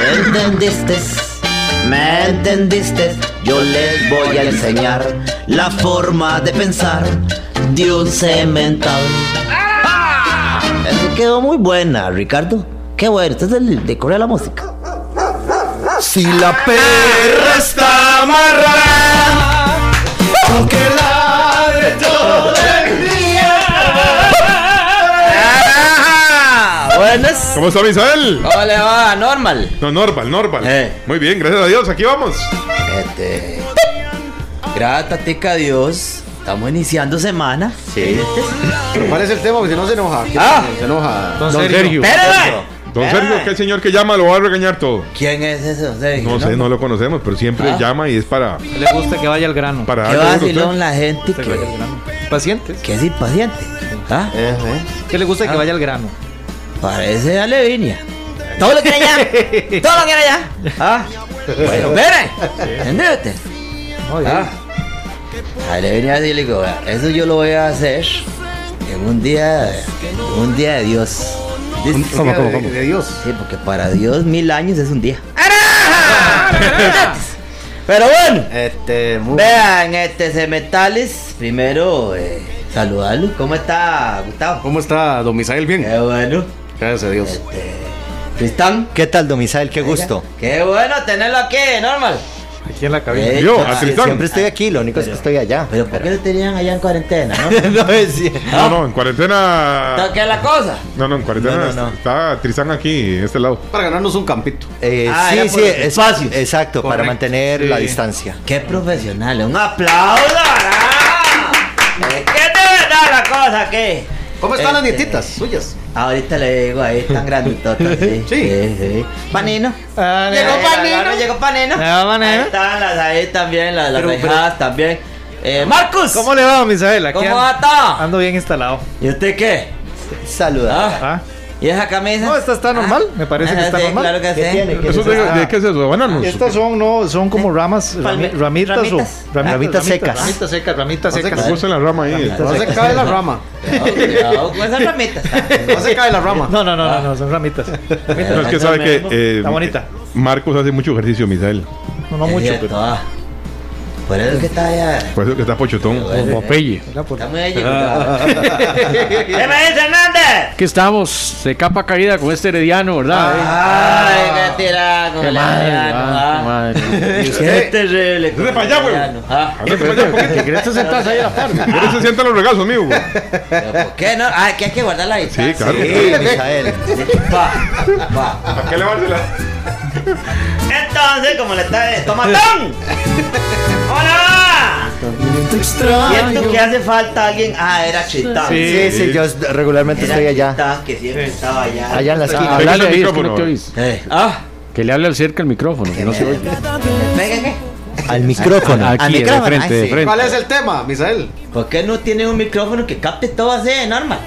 ¿Me entendiste? ¿Me entendiste? Yo les voy a enseñar la forma de pensar de un semental. ¡Ah! Esa Quedó muy buena, Ricardo. Qué bueno, este es el de Corea la Música. Si la perra está amarrada, aunque ladre todo el ¡Ah! Buenas. ¿Cómo está Misael? ¿Cómo le va? Normal. No, normal, normal. Eh. Muy bien, gracias a Dios, aquí vamos. Este. Grátateca Dios. Estamos iniciando semana. Sí. Pero ¿Cuál es el tema? Porque si no se enoja. ¿Quién Ah. se enoja? Don Sergio. ¡Espérame! Don Sergio, que el señor que llama lo va a regañar todo. ¿Quién es ese don Sergio? No sé, no lo conocemos, pero siempre Ah. llama y es para, Le gusta que vaya al grano. para Qué darle duro a vacilón usted. la gente que, Pacientes. que es impaciente. ¿Ah? Ejé. Que le gusta que Ah. vaya al grano. Parece Alevinia. Todo lo quiere allá. Todo lo quiere allá. ¿Ah? Bueno, espere. ¿Entendiste? Joder. ¿Ah? Alevinia sí le digo, "Vea, eso yo lo voy a hacer en un día, de- un día de Dios. Dice, Día de- De Dios. Sí, porque para Dios mil años es un día. ¿Entendiste? Pero bueno. Este, muy Vean, este Cementales, primero eh, saludarlo. ¿Cómo está, Gustavo? ¿Cómo está Don Misael? Eh. Bien. Qué bueno. Gracias a Dios. Este, Tristán. ¿Qué tal, Domisael? Qué gusto. Qué bueno tenerlo aquí, normal. Aquí en la cabina. Eh, Yo, ah, a Tristán. Siempre estoy aquí, lo único es que estoy allá. Pero ¿por qué lo tenían allá en cuarentena, no? No es cierto. No, no, en cuarentena. ¿Qué es la cosa? No, no, en cuarentena No, no, no. está Trizán aquí, en este lado. Para ganarnos un campito. Eh, Ah, era sí, por sí, los es- espacios. Exacto, para Correcto, mantener sí. la distancia. Qué profesional, un aplauso. ¿verdad? Es que de verdad la cosa aquí. ¿Cómo están las Eh. Este, nietitas suyas? Ahorita le digo ahí, están grandototas. Sí, Sí. sí, sí. Panino. Ah, Llegó eh, Panino. Llegó Panino. Llegó Panino. Ahí están las ahí también, las, las Pero- rejadas también. Eh, Marcus. ¿Cómo le va, Misael? Aquí ¿Cómo an- está? Ando bien instalado. ¿Y usted qué? Saludar. Ah, Ah. ¿Y esa camisa? No, esta está normal, me parece que ah, está sí, normal. Claro que ¿Qué sí. tiene? ¿Qué ¿Eso Ah. de, necesita? de qué es eso? Ah, ¿Bananos? Estas son, no, son como ramas, rami- Palme- ramitas, o- ramitas. rami- Ramitas secas. Ramitas secas, ramitas No se secas. Me gusta la rama ahí. No se cae la rama. Cuidado, cuidado con esas pues ramitas. ah. No se cae la rama. Ah. No, no, no, no, no, son ramitas. No, es que sabe que. eh, Está bonita. Marcos hace mucho ejercicio, Misael. No, no mucho, pero. Ah. Por eso es que está allá. Por eso que está pochotón. Como Popeye. Era por- Está muy allí. Ah. ¿Qué me dice Hernández? Aquí estamos de capa caída con este herediano, Ah. ¿verdad? Ah. Ay, qué tiraco. Qué el madre, herediano, ah, ah. este qué madre. Qué terrible. Vete para allá, güey. Ah, Ándate para allá un poquito. ¿Querés te sentás ahí a la par? Pero pues, se sientan los regalos, amigo. pero ¿Por qué no? Ah, que hay que guardar la Sí, distancia. claro. Sí, Misael. Va, va. ¿Para qué levársela? Entonces, como le está de tomatón. ¡Hola! Siento que hace falta alguien. Ah, era Chitán. Sí, sí, yo s- regularmente Era estoy allá. Chitán, que siempre estaba allá. Allá en la esquina. Pégale Hablale al ahí, es que micrófono. no te oís. Eh, ah, Que le hable al cerca el micrófono, que no se oye. ¿Pega qué? Al micrófono. al Aquí, de micrófono. frente, Ah, de sí. frente. ¿Cuál es el tema, Misael? ¿Por qué no tiene un micrófono que capte todo así, normal?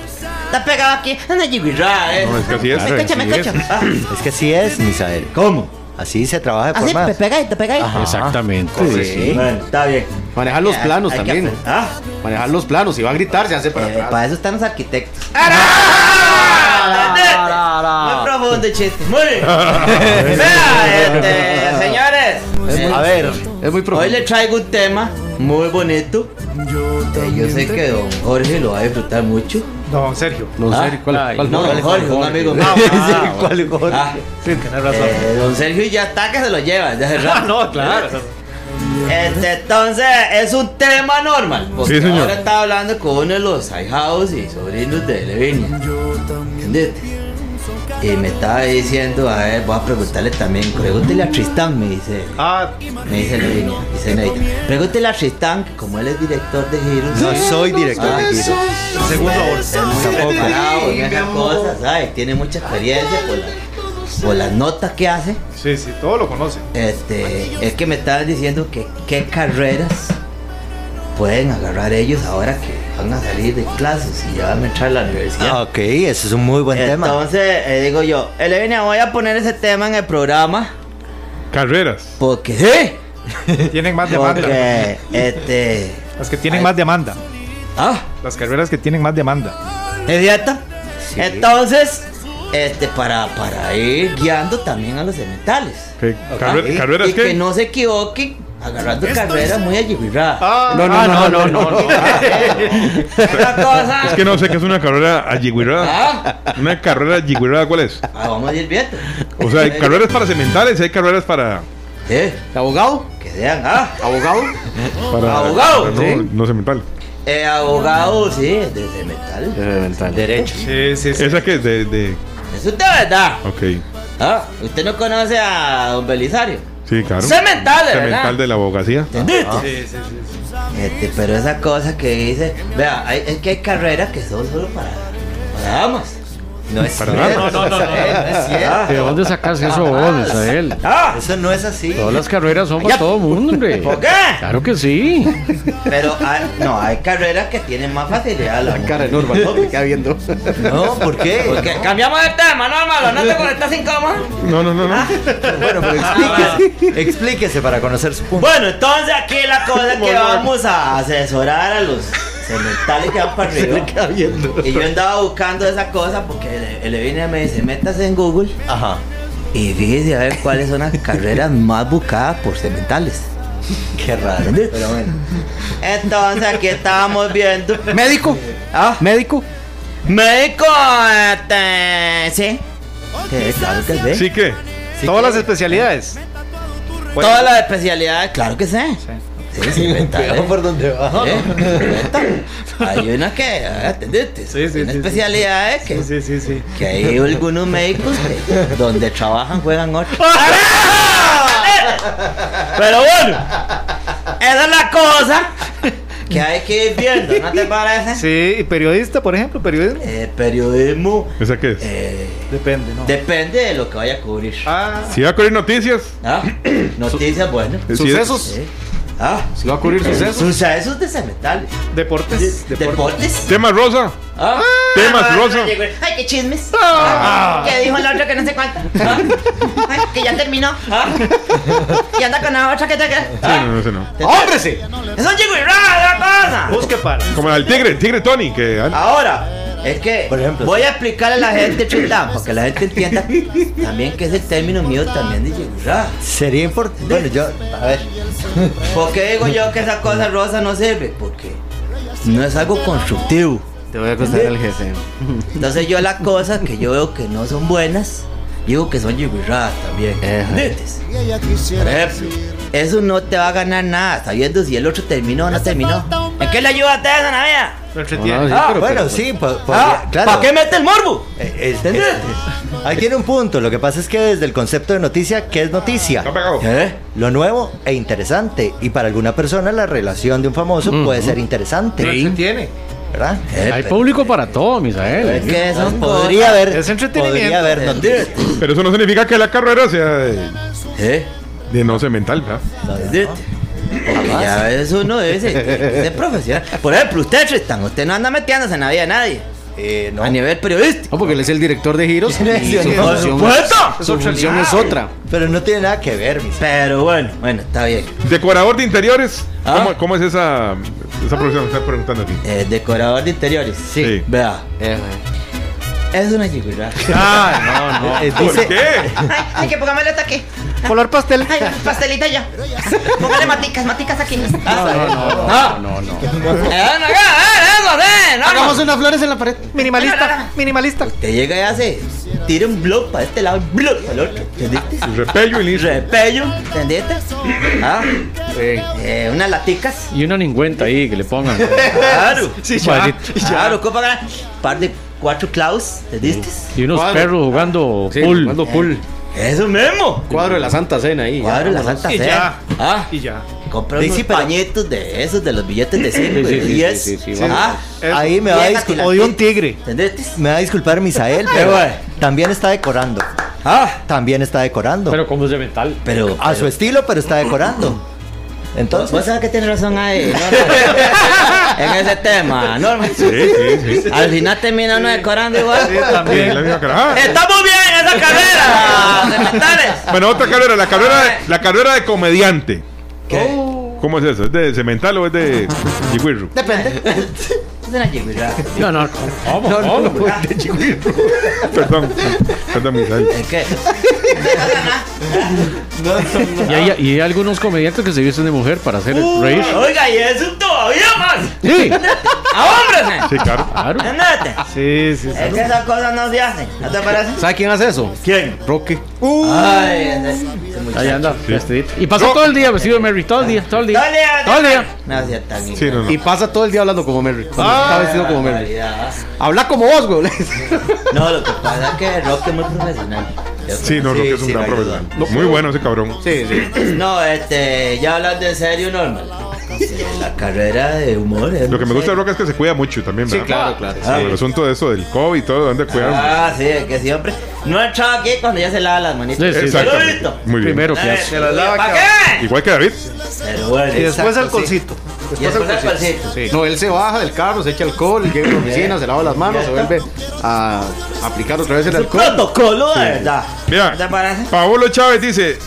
Está pegado aquí. Anda, yigüirá, eh. No, es que así es. Me escucha, me Así escucha. Ah, Es que así es, Misael. ¿Cómo? Así se trabaja de Así, forma. pe- pegadito, pegadito. Ajá. Exactamente. Sí. Bueno, está bien. Manejar los Ya, planos hay que también. aprender. Ah, Manejar los planos. Si va a gritar, se hace para eh, atrás. para eso están los arquitectos. Muy profundo el chiste. Muy bien. Vea, este, señores. eh, A ver, Es muy Hoy profundo. le traigo un tema muy bonito. Eh, Yo sé que don Jorge lo va a disfrutar mucho. Don Sergio. No Ah, sé, ¿cuál, cuál No, don Jorge, un amigo mío. ah, ¿cuál gordo? Ah, Sí, tenés razón. eh, don Sergio ya está que se lo lleva. ya hace Ah, rato. no, claro. Este, entonces, es un tema normal. Porque Sí, señor. ahora estaba hablando con uno de los ahijados y sobrinos de Levinia. ¿Entendiste? Y me estaba diciendo, a ver, voy a preguntarle también. Pregúntele a Tristán, me dice. Ah, Me dice Levinia, dice Neita. Pregúntele a Tristán, que como él es director de giros. no soy Ah, director de giro. Segundo Está preparado en esas cosas, ¿sabes? Tiene mucha experiencia por la por las notas que hace, Sí, sí, todo lo conoce. este, es que me estaban diciendo que qué carreras pueden agarrar ellos ahora que van a salir de clases y ya van a entrar a la universidad. Ah, ok, ese es un muy buen tema. Entonces, eh, digo yo, Elena, voy a poner ese tema en el programa Carreras. porque sí, Tienen más demanda. porque este, Las que tienen más demanda. ah, Las carreras que tienen más demanda. ¿Es cierto? Entonces, este, para, para ir guiando también a los elementales. ¿Qué? ¿ok? Carre- ¿Carreras y qué? que no se equivoquen agarrando carreras muy allibirradas. Ah. No, Ah, no, no, no, no. no. Otra cosa. Es que no sé qué es una carrera alliguirada. Ah, ¿Una carrera alliguirada cuál es? ah, vamos a ir viendo. O sea, hay carreras para cementales y hay carreras para. Sí, ¿Abogado? que sean, ah. ¿Abogado? para Abogado, para no, no cementales. Eh, abogado, sí, de, de metal. Derecho. Sí, sí, ¿Esa qué es? De, de. Eso es de verdad. Ok. Ah, usted no conoce a don Belisario. Sí, claro. Cemental, ¿verdad? Cemental de la abogacía. ¿Entendiste? Este, pero esa cosa que dice, vea, hay- es que hay carreras que son solo para, para damas. No es Para cierto. damas. No, no, no, es ¿De cierto. dónde sacas eso vos, Misael? Ah, Eso no es así. Todas las carreras son para todo el mundo, hombre. ¿por qué? Claro que sí. Pero hay, no, hay carreras que tienen más facilidad. La Cara de Norma, ¿no? Me queda viendo. No, ¿por qué? Porque cambiamos de tema, no, hermano, no te conectas sin Ah, coma. No, no, no, no. Bueno, pero explíquese, explíquese para conocer su punto. Bueno, entonces aquí la cosa es que vamos a asesorar a los cementales que van para arriba. Y yo andaba buscando esa cosa porque le, le vine y me dice, métase en Google Ajá. y fíjese a ver cuáles son las carreras más buscadas por cementales. Qué raro. Pero bueno. Entonces aquí estábamos viendo. ¿Médico? Ah, ¿Médico? médico, este, sí. Sí, claro que sí. Sí que. Todas las especialidades. Todas las especialidades, claro que sí. Sí, sí, ventales. Cuidado por dónde va. ¿Eh? Hay una que ah, atendiste. Sí, sí, una sí, especialidad es que, Sí, sí, sí. que hay algunos médicos que donde trabajan juegan otro. Pero bueno, esa es la cosa que hay que ir viendo, ¿no te parece? Sí, y periodista, por ejemplo, periodismo. Eh, periodismo ¿Esa qué es? eh, Depende, ¿no? depende de lo que vaya a cubrir. Ah, Si va a cubrir noticias. ¿Ah? Noticias buenas. si es- ¿Sucesos? Sí. Ah, ¿Se va a cubrir sucesos? sucesos de cementales. deportes. De- deportes. Tema rosa. Ah. Temas Ah, rosa. Ah. llegó el- Ay, qué chismes. Que dijo la otra que no sé cuánto. Ah. Ay, que ya terminó. Ah. Y anda con la otra que te Sí, Ah. no, no, ese no. ¡Hombre, sí! Es un chico y raro, la cosa. Busque para. Como el tigre, tigre Tony, que ah, Ahora, es que Por ejemplo, voy a explicarle a la gente, chita, para que la gente entienda también que es el término mío también de yegurá. Sería importante. Bueno, yo. Ah, A ver. ¿Por qué digo yo que esa cosa rosa no sirve? Porque no es algo constructivo. Te voy a costar el jefe. Entonces yo las cosas que yo veo que no son buenas, digo que son yugurradas también. ¿Entiendes? Por ejemplo, eso no te va a ganar nada, sabiendo si el otro terminó o no terminó. ¿En qué le ayuda a eso, Navia? Lo entretiene. sí, Ah, pero- bueno, pero- sí, po- podría- Ah, claro. ¿Para qué mete el morbo? Eh, es- ¿Entendés? es- es- ahí tiene un punto. Lo que pasa es que desde el concepto de noticia, ¿qué es noticia? está pegado. ¿Eh? Lo nuevo e interesante. Y para alguna persona, la relación de un famoso puede ser interesante. Lo entretiene. ¿Verdad? Eh, Hay pero- público para todo, Eh, Es Misael. que son Podría haber. Es entretenimiento. Podría haber noticias. Pero eso no significa que la carrera sea de, ¿Eh? de no cemental, ¿verdad? ¿Entendés? Porque ya a veces uno es, es, es profesional. Por ejemplo, usted, Tristan, usted no anda metiéndose en la vida de nadie. Eh, no. A nivel periodístico. No, porque él es el director de giros. y Sí, su por función, supuesto. su función es otra. Pero no tiene nada que ver, mis. Pero bueno, bueno, está bien. Decorador de interiores. Ah. ¿Cómo, cómo es esa, esa profesión? Me están preguntando aquí. Eh, decorador de interiores. Sí. Sí. Vea, Eh, es una yigurá. Ah, no, no. Eh, ¿Por dice- qué? Ay, ay, que póngame el ataque. Color pastel. Ay, pastelita ya. Póngale maticas, maticas aquí. Ah, Ah. No, no, no. Eh, no, eh, no, no, Hagamos no. unas flores en la pared. Minimalista, minimalista. Te llega y hace, tira un blog para este lado, un blog para el otro. ¿Entendiste? Repello y listo. Repello, ¿entendiste? Ah, Sí. eh, unas laticas. Y una ningüenta ahí que le pongan. Claro. Sí, ya. Claro, copa gana. Par de cuatro clavos, ¿entendiste? Y unos Cuadro. perros jugando Sí, pool. jugando Eh, pool. Eso mismo. Cuadro de la Santa Cena ahí. Cuadro la Santa Y Cena. ya. Ah, Y ya. compra Sí, unos sí, pero- pañitos de esos, de los billetes de 5 Sí, y sí, de sí, sí, 10. sí, sí, Ah, Ahí me va a Llénate disculpar. la O de un tigre. ¿entendiste? Me va a disculpar Misael, pero también está decorando. Ah, también está decorando. Pero como es de metal. Pero, a su estilo, pero está decorando. Entonces, Vos sabés que tiene razón ahí. Norma, en ese tema, Norma. Sí, sí, sí. Al final termina uno decorando Sí, igual. Sí, la también. misma cara. Ah, ¡Está muy bien esa carrera! ¡De metales! Bueno, otra carrera, la carrera de, la carrera de comediante. ¿Qué? ¿Cómo es eso? ¿Es de cemental o es de Jiguirru? Depende. Es una yegua. No, no, ¿cómo? ¿Cómo? Perdón, perdón, Misael. ¿En qué? Y hay, y hay algunos comediantes que se visten de mujer para hacer Uh. reír. Oiga, y eso todavía más. Sí, ¡A hombres! Sí, claro. claro. Andate. Sí, sí, sí. Es que esas cosas no se hacen. ¿No te parece? ¿Sabe quién hace eso? ¿Quién? Uh. Roque. Ay, ese- ese Ahí muchacho. anda, Este vestidito. Y pasó todo el día vestido de Mary, todo el día, todo el día. Todo el día, Todo el día. Ah. No, si está bien. Sí, no, Ah, Y no. pasa todo el día hablando como Merry. Cuando está vestido como Merry. Barbaridad. Habla como vos, güey. No, lo que pasa es que Rock es muy profesional. Yo Sí, no, Sí, Roque es un sí, gran la profesional. Muy bueno ese cabrón. sí, sí. No, este, ya hablando en serio, normal. La carrera de humor es Lo que me muy gusta seria. de Roque es que se cuida mucho también, Sí, ¿verdad? claro, claro. Ah, El asunto de eso del COVID y todo, ¿dónde cuidaron? Ah, sí, es que siempre. No ha entrado aquí cuando ya se lava las manitas. Sí, sí, Exactamente. Pero Muy bien. Primero, Eh, ¿qué hace? Se las lava, ¿Para cabrón. qué? Igual que David. Pero bueno, Y después Exacto, alcoholcito. y después el colcito. Sí. No, él se baja del carro, se echa alcohol, llega a la oficina, se lava las manos, se vuelve a aplicar otra vez el alcohol. Protocolo, de verdad. Mira, ¿No ¿Te parece? Paolo Chávez dice: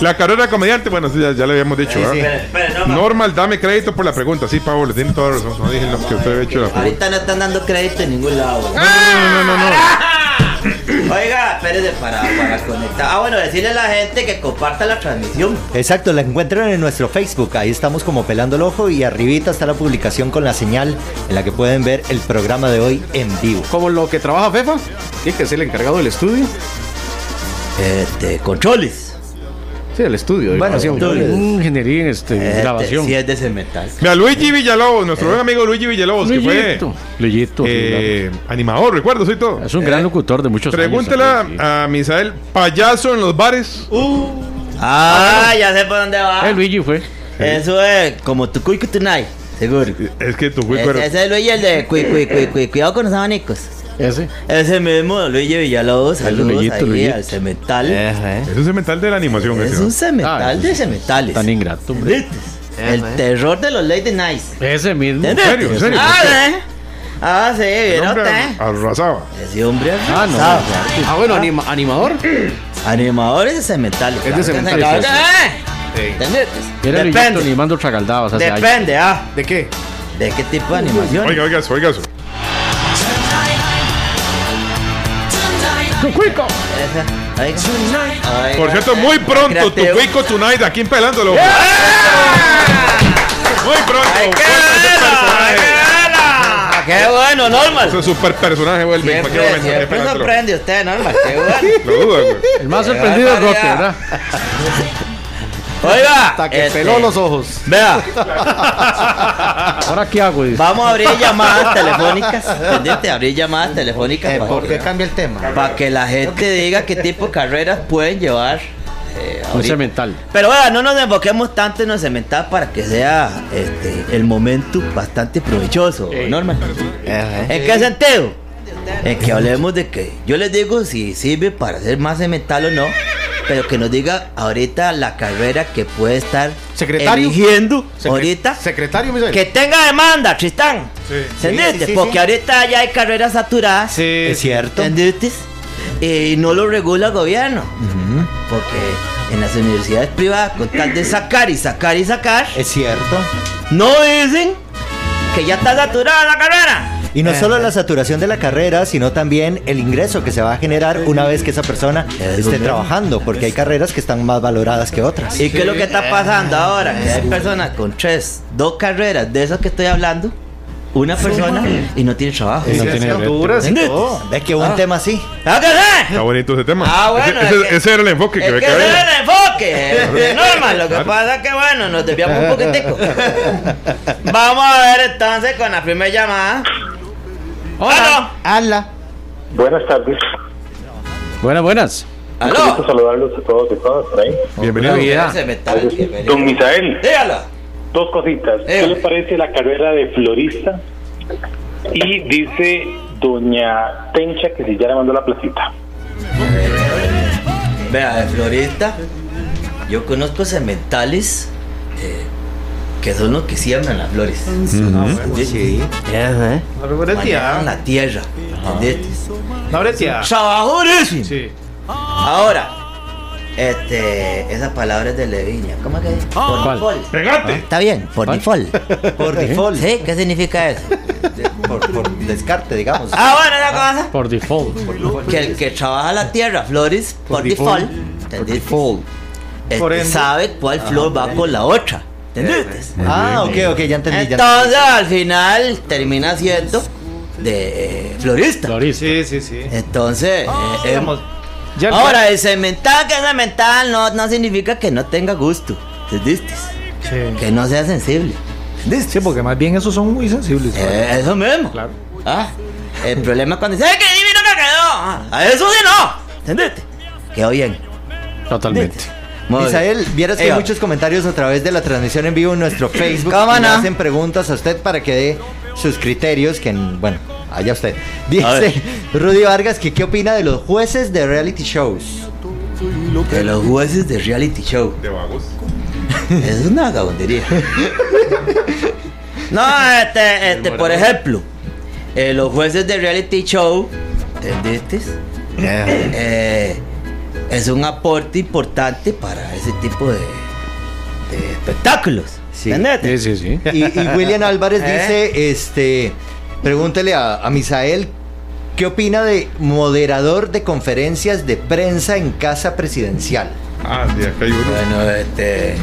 La carrera de comediante, bueno, sí, ya, ya le habíamos dicho, Sí, ¿verdad? Espera, espera, no, ma- Normal, dame crédito por la pregunta. Sí, Paolo, tiene toda la razón. No dije lo que usted había hecho la pregunta. Ahorita no están dando crédito en ningún lado. güey. No, no, no, no. Oiga, espérese para, para conectar. Ah, bueno, decirle a la gente que comparta la transmisión. exacto, la encuentran en nuestro Facebook. Ahí estamos como pelando el ojo y arribita está la publicación con la señal en la que pueden ver el programa de hoy en vivo. Como lo que trabaja Fefa, sí, que es el encargado del estudio. Este, controles. Sí, el estudio. de Bueno, grabación. tú- Ingeniería en este, Este, grabación. Si es de cemental. Mira, Luigi Villalobos, nuestro buen amigo Luigi Villalobos, que fue Leyito. Leyito. eh, animador, recuerdo, soy todo. Es un gran locutor de muchos años. Pregúntale también, sí. a, a Misael, payaso en los bares. Ah, ya sé por dónde va. Eh, Luigi fue. Eso es como tu cuico tonight. Seguro. Es que tu güey Ese cuero. ese es Luigi, el de cui, cui, cui, cui, cuidado con los abanicos. Ese. Ese mismo, Luigi Villalobos, saludos Luillito, ahí Luillito. al cemental. Es un cemental de la animación. es ese, ¿no? un cemental Ah, de cementales. Tan ingrato, hombre. El terror de los Lady Nights. Ese mismo. ¿En serio? Eh, ¿En serio? Ah, ¿eh? Ah, sí, El vieron hombre usted. arrasaba. Ese hombre Ah, no. arrasado. Ah, bueno, anima- animador. Animadores de cementales. Es de cementales, Claro, sí, ¿eh? ¿Entendiste? Era Leyito Depende. animando tragaldabas hace años. Depende, ah. ¿De qué? ¿De qué tipo de animación? Oiga, oiga eso, oiga eso. Esa, oiga. Oiga. Por cierto, muy pronto, tu Creativo. ¡Eh! cuico tonight aquí en pelándolo. ¡Ah! Muy pronto. ¡Ay, qué vuelve ese bueno! ¡Ay, personaje. Ah, ¡Qué bueno! ¡Qué bueno, Normal! Ese super personaje vuelve en cualquier Siempre, momento. aquí en siempre Pelándolo. sorprende usted, Normal. ¡Qué bueno! este Lo dudo, güey. El más sorprendido es Roque, barbaridad. ¿verdad? Oiga. Hasta que este, peló los ojos. Vea, Ahora qué hago. Dice. vamos a abrir llamadas telefónicas. ¿Entendiste? Abrir llamadas telefónicas para, Eh, ¿Por qué que, cambia el tema? para que la gente diga qué tipo de carreras pueden llevar. eh, Un ahorita. cemental. Pero bueno, no nos enfoquemos tanto en los cemental para que sea este, el momento bastante provechoso, Normal. ¿En qué sentido? En que hablemos de que yo les digo si sirve para ser más cemental o no, pero que nos diga ahorita la carrera que puede estar Secretario. eligiendo Secre- ahorita. Secretario, Misael. Que tenga demanda, Tristán. Sí. ¿Entendiste? Sí, sí, sí, Porque sí. ahorita ya hay carreras saturadas. Sí. Es cierto. ¿Entendiste? Y no lo regula el gobierno. Porque en las universidades privadas, con tal de sacar y sacar y sacar, Es cierto. no dicen que ya está saturada la carrera. Y no solo la saturación de la carrera, sino también el ingreso que se va a generar una vez que esa persona esté trabajando, porque hay carreras que están más valoradas que otras. ¿Y qué es lo que está pasando ahora? Que hay personas con tres, dos carreras de esas que estoy hablando, una persona y no tiene trabajo. No tiene Esas red. duras y ¿Entendiste? todo. ¿Ves Oh, que un tema así? ¿Ah, qué sé? Está bonito ese tema. Ah, bueno, ese, es ese- que- ese era el enfoque que Es me que ese quedé. era el enfoque, Claro. normal. Lo que Claro. pasa es que, bueno, nos desviamos un poquitico. Vamos a ver entonces con la primera llamada. ¡Hola! Ala. Buenas tardes. Buenas, buenas. Gusto ¡Aló! saludarlos a todos y todas por ahí. Bienvenido. Hola, vida. Se me está el bienvenido. Don Misael, Dígalo. dos cositas. Eh. ¿Qué le parece la carrera de florista? Y dice doña Tencha que si ya le mandó la placita. Vea, de Floresta, yo conozco cementales eh, que son los que siembran las flores. ¿Entendés? Ajá. No habré breteado. Manejan la tierra. ¿entendés? No breteado. ¡Trabajadores! Sí. Ahora, este, esa palabra es de Leviña. ¿Cómo que es? ¿Cuál? Pornifol. ¡Pegate! Está bien, por default. Por default. ¿Sí? ¿Qué significa eso? De- por, por descarte, digamos. Ah, bueno, la cosa. Por default. que el que trabaja la tierra, flores, por, default, ¿entendés? Este Por ende. sabe cuál flor va con la otra, ¿entendés? Ah, ok, ok, ya entendí. ya Entonces al final termina siendo de eh, florista. Florista. Sí, sí, sí. Entonces, eh, eh, Digamos, Ah, ya el- ahora el cemental que es cemental no, no significa que no tenga gusto, ¿entendiste? Sí. Que no sea sensible. Sí, porque más bien esos son muy sensibles. Eh, eso mismo. Claro. Ah, el problema es cuando dice, ¡ay, qué divino que quedó! Ah, A eso sí no, ¿entendiste? Quedó bien. Totalmente. Muy bien. Misael, vieras que hay Ea. muchos comentarios a través de la transmisión en vivo en nuestro Facebook. ¿Cómo que le no? Hacen preguntas a usted para que dé sus criterios, que en- bueno, allá usted. A ver. Dice Rudy Vargas que qué opina de los jueces de reality shows. De los jueces de reality show. De vagos. Es una vagabundería. no, este, este, por ejemplo, eh, los jueces de reality show, ¿entendiste? Eh, es un aporte importante para ese tipo de, de espectáculos. Sí. ¿entendiste? Sí, sí, sí. Y, y William Álvarez ¿Eh? dice, este, pregúntele a, a Misael qué opina de moderador de conferencias de prensa en casa presidencial. Ah, sí, acá hay uno. Bueno, este,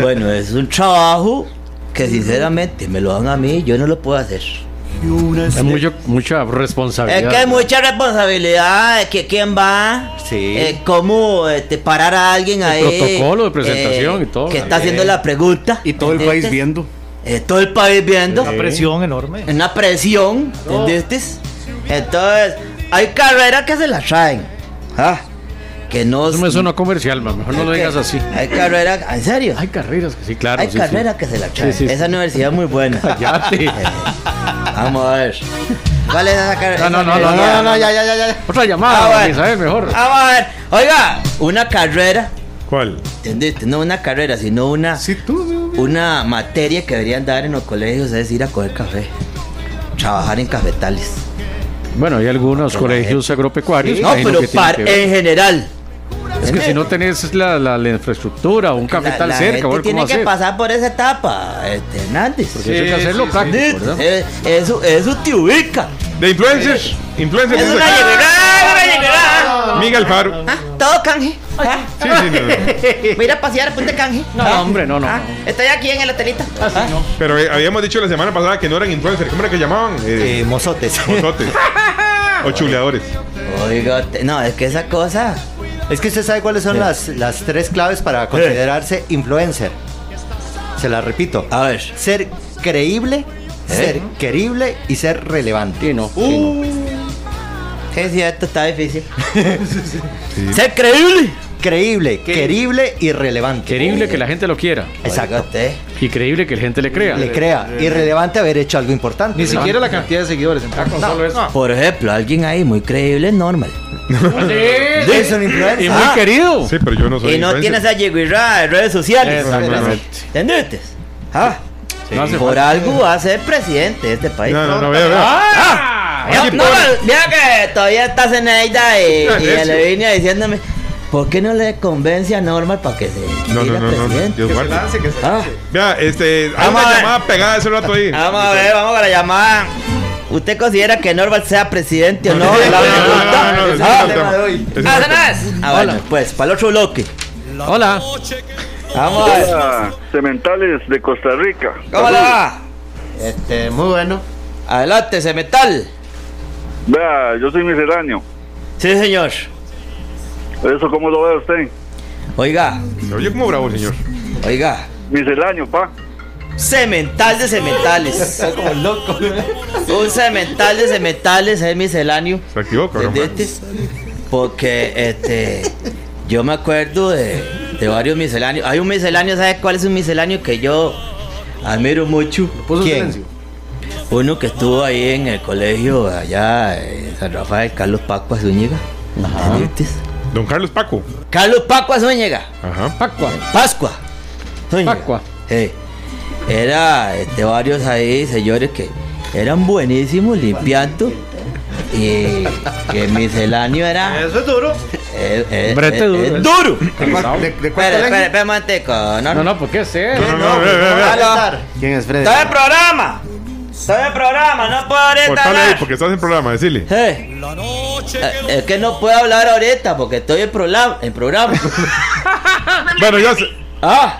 bueno, es un trabajo que sinceramente me lo dan a mí, yo no lo puedo hacer. Es mucho, mucha Es responsabilidad. que hay mucha responsabilidad de que quién va, Sí. eh, cómo este, parar a alguien ahí. eh, protocolo de presentación y todo. Que está haciendo la pregunta. Y todo el país ¿entendiste? viendo. Eh, todo el país viendo. Una presión enorme. Una presión, ¿entendiste? Entonces, hay carreras que se las traen. ah, Que no Eso me suena comercial, man. Mejor no lo digas así. Hay carreras, en serio. Hay carreras que sí, claro. hay sí, sí. carreras que se las traen. Sí, sí, sí. Esa universidad es muy buena. Eh, Cállate. Vamos a ver. ¿Cuál es esa carrera? No, no, no, no, Esa no, carrera. no, no, ya, Otra Ah, llamada, bueno. Misael, mejor. Vamos a ver. Oiga, una carrera, ¿Cuál? ¿entendiste? No una carrera, sino una, Sí, tú. una materia que deberían dar en los colegios, es ir a coger café. Trabajar en cafetales. Bueno, hay algunos colegios agropecuarios. Ah. no, imagino pero que tienen par- que ver. en general. Es que si no tenés la, la, la infraestructura o un Eh, la, capital la cerca, gente bueno, ¿cómo tiene que hacer? pasar por esa etapa, este, Hernández. Porque eso hay que hacerlo práctico, ¿verdad? Eh, Eso, eso te ubica. De influencers. Influencers. Es dice una acá. llegada, una llegada. Miguel Faro. Ah, todo canje. Ah, Sí, sí, no, no. voy a ir a pasear a punta canje. No, Ah, hombre, no, no. ah, estoy aquí en el hotelito. Pero eh, habíamos dicho la semana pasada que no eran influencers. ¿Cómo era que llamaban? Eh, Eh, mozotes. mozotes. o chuleadores. Oiga, te- no, es que esa cosa. Es que usted sabe cuáles son las, las tres claves para considerarse influencer. Se las repito. A ver. ¿Eh? Ser creíble, ser querible y ser relevante. Sí, no. Uh. Es cierto, está difícil. Ser creíble. Creíble, querible y relevante. Creíble Eh. que la gente lo quiera. Exacto. Oiga, usted. Y creíble que la gente le crea. Le crea. Irrelevante haber hecho algo importante. Ni ¿no? siquiera la cantidad de seguidores. entonces. solo eso. Por ejemplo, alguien ahí muy creíble es normal. Es un Ah, Y influencer. muy Ah. querido. Sí, pero yo no soy y no tiene influencer. esa yeguirá de redes sociales. Exactamente. ¿Entendiste? Ah, No hace por falta. algo va a ser presidente de este país. No, no, no, veo, veo. Ah, yo- no, mira que todavía está Zeneida y, Ah, y eso. Elevinia diciéndome, ¿por qué no le convence a Normal para que se diga No, no, no, no. presidente? Dios guarde. Ah, Vea, este. Hay Vamos una a ver. llamada pegada hace rato ahí. vamos a ver, vamos a la llamada. ¿Usted considera que Normal sea presidente o no? No, no, La no, no, pregunta. no, no, ese no es Ah, el tema de hoy. Ese no ah, es el ese no es. Ah, bueno, pues, para el otro bloque. Hola. Vamos a ver. Cementales de Costa Rica. ¿Cómo le va? Este, muy bueno. Adelante, Cemental. Vea, yo soy misceláneo. Sí, señor. ¿Eso cómo lo ve usted? Oiga, Se oye como bravo, señor. oiga. Misceláneo, pa. Cemental de cementales. Está como loco. Un cemental de cementales es misceláneo. Se activó, cabrón. ¿Entendiste? Porque este yo me acuerdo de, de varios misceláneos. Hay un misceláneo, ¿sabes cuál es un misceláneo que yo admiro mucho? Puso en ¿Quién? silencio. Uno que estuvo ahí en el colegio allá en San Rafael, Carlos Paco Zúñiga. ¿Entendiste? Don Carlos Paco. Carlos Pacua Zúñiga. Ajá. Pacua. Pascua. Zúñiga. Pacua. Sí. Era este, varios ahí, señores, que eran buenísimos limpiando. Y que misceláneo era. Eso es duro. eh, eh, Brete eh, duro. eh, duro. ¿De cuál- de- de cuál Espera, colegio? espera, espera, un momentico, no, No, no, ¿por qué es eso? No, no, no, ve, ve, ve. Aló. ¿Quién es Freddy? Estoy en programa. Estoy en programa, no puedo ahorita Cortale ahí hablar. porque estás en programa, decile. Eh, eh, es que no puedo hablar ahorita porque estoy en programa. En programa. Bueno, ya sé. ah,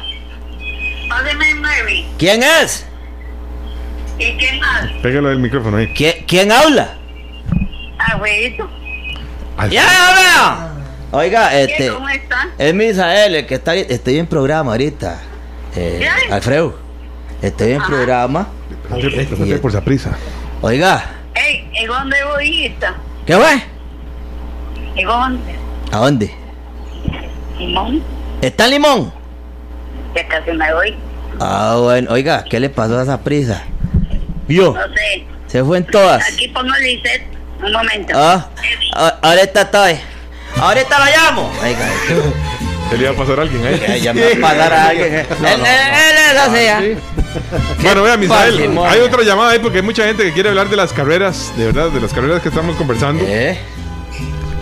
Páseme nueve. ¿quién es? ¿Y qué más? Pégalo del micrófono ahí. ¿Qui- ¿Quién habla? Abuelito. Al- ¡Ya habla! Oiga, ¿Qué? este. ¿Cómo están? Es Misael, el que está. ahí. Estoy en programa ahorita. Eh, ¿Qué? Alfredo, estoy en programa. Pásate por esa prisa. Oiga, Ey, ¿y dónde voy, Isa? ¿qué fue? ¿Y dónde? ¿A dónde? Simón, ¿Está en Limón? ya casi me voy. Ah, bueno, oiga, ¿qué le pasó a esa prisa? Vio, No sé. se fue en todas. Aquí pongo el ICET. Un momento. Ah, a- ahorita estoy. Ahorita lo llamo. Oiga, Se le iba a pasar a alguien ahí. ya, ya me va a pasar a alguien. eh. él, él- él es así, ah. Bueno, vea, Misael, parsimonia. hay otra llamada ahí porque hay mucha gente que quiere hablar de las carreras, de verdad, de las carreras que estamos conversando. ¿Eh?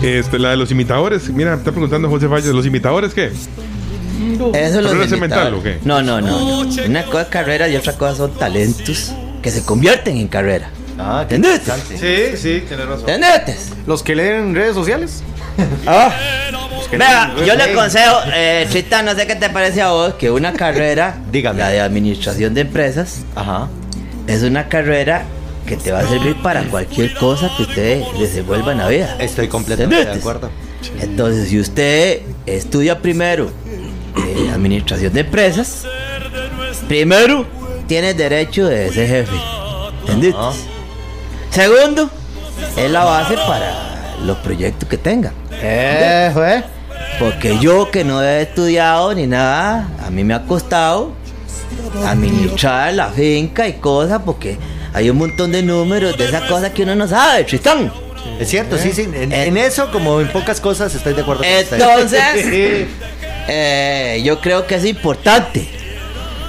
Este, la de los imitadores. Mira, me está preguntando José Valles, ¿los imitadores qué? Eso es lo ¿Carrera de cemental imitador. o qué? No, no, no. Una cosa es carrera y otra cosa son talentos que se convierten en carrera. Ah, qué ¿Entendiste? interesante. Sí, sí, tenés razón. ¿Entendiste? ¿Los que leen redes sociales? Ah. Vea, yo le aconsejo, eh, Tristán, no sé qué te parece a vos, que una carrera, Dígame. la de administración de empresas, Ajá. es una carrera que te va a servir para cualquier cosa que ustedes desenvuelvan en la vida. Estoy completamente de ¿Entendiste? acuerdo. Entonces, si usted estudia primero eh, administración de empresas, primero tiene derecho de ser jefe. ¿Entendiste? Ajá. Segundo, es la base para los proyectos que tenga. Eh, fue. Porque yo que no he estudiado ni nada, a mí me ha costado administrar la finca y cosas porque hay un montón de números de esas cosas que uno no sabe, Tristán. Es cierto, sí, sí. En, Eh. en eso, como en pocas cosas, estoy de acuerdo con usted. Entonces, eh, yo creo que es importante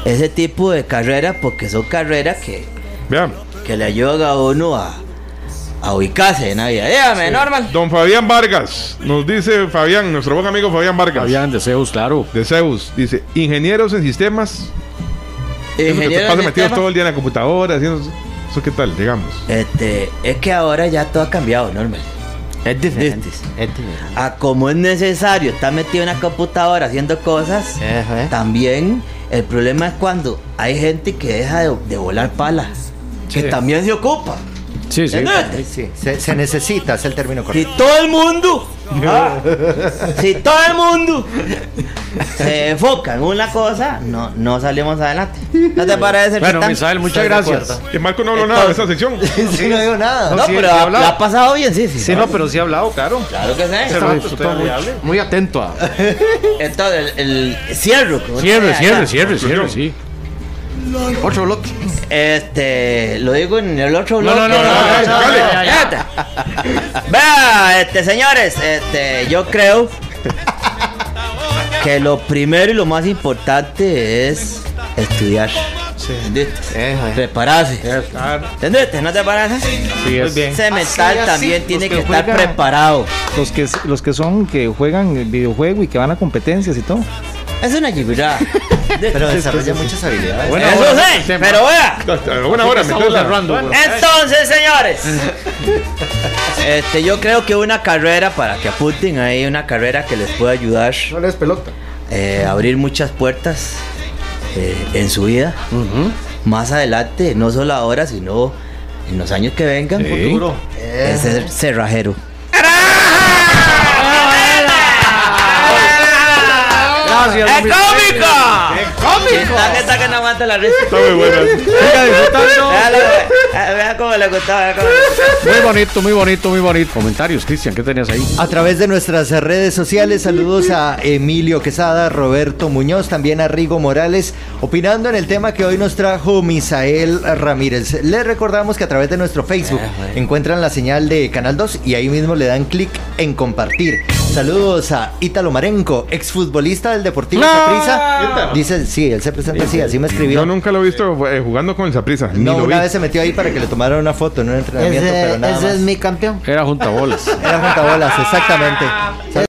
ese tipo de carreras porque son carreras que, Vea, que le ayudan a uno a, a ubicarse en la vida. Dígame, Norman. don Fabián Vargas, nos dice Fabián, nuestro buen amigo Fabián Vargas. Habían deseos, claro. De Zeus, dice, ingenieros en sistemas. Eso que te Ingeniero pasa en metidos sistema. todo el día en la computadora, haciendo. Eso qué tal, digamos. Este, es que ahora ya todo ha cambiado, Norman. Es diferente. Es diferente. A como es necesario estar metido en la computadora haciendo cosas, Eh, Ajá. también el problema es cuando hay gente que deja de, de volar palas, que también se ocupa. Sí, sí. ¿Entendés? Sí, se, se necesita, es el término Si correcto. todo el mundo, ah, si todo el mundo se enfoca en una cosa, no, no salimos adelante. ¿No te parece? Bueno, Tristán? Misael, muchas gracias. Que Eh, Marco no habló nada de esa sección. Sí, no digo nada. No, sí, pero ya ha, hablaba. la ha pasado bien, sí, sí. Sí, no, pero sí ha hablado, claro. Claro que sí. Este rato estoy hable. Muy atento a. Entonces, el, el cierro. como Cierre, dice cierre, acá. cierre, cierre, sí. Otro bloque. Este, lo digo en el otro No, bloque. no, no, no, no, no, dale. Fíjate. Vea, este, señores, este, yo creo que lo primero y lo más importante es estudiar. ¿Entendiste? Eh, joder. Prepararse. ¿Entendiste? ¿No te parece? Sí, es. bien. Ese mental Así, así, también los tiene que que estar juegan. preparado. Los que, los que son, que juegan el videojuego y que van a competencias y todo. Es una yigurá. Pero desarrolla muchas habilidades. Bueno, Eso bueno, sí, tema. eh, pero vea. Hasta Una hora, Estamos meterla. cerrando, bro. Entonces, señores, este, yo creo que una carrera para que apunten ahí, una carrera que les pueda ayudar No le des pelota. eh, a abrir muchas puertas eh, en su vida. Más adelante, no solo ahora, sino en los años que vengan, Sí. es ser cerrajero. Gracias, ¡Es hombre. cómico! ¡Es cómico! que no aguanta la risa. Está muy buena. Siga disfrutando. Dale, güey. Ah, Vea cómo le gustaba, vea cómo le gustaba. Muy bonito, muy bonito, muy bonito. Comentarios, Cristian, ¿qué tenías ahí? A través de nuestras redes sociales, saludos a Emilio Quesada, Roberto Muñoz, también a Rigo Morales, opinando en el tema que hoy nos trajo Misael Ramírez. Les recordamos que a través de nuestro Facebook Ah, encuentran la señal de Canal 2 y ahí mismo le dan clic en compartir. Saludos a Ítalo Marenco, exfutbolista del Deportivo Saprissa. Dice, sí, él se presenta así, así me Yo escribió. nunca lo he visto eh, jugando con el Saprisa. ni No, lo una vi. vez se metió ahí para que le tomaran una foto en un entrenamiento, pero nada más. mi campeón. Era juntabolas. Era juntabolas, exactamente.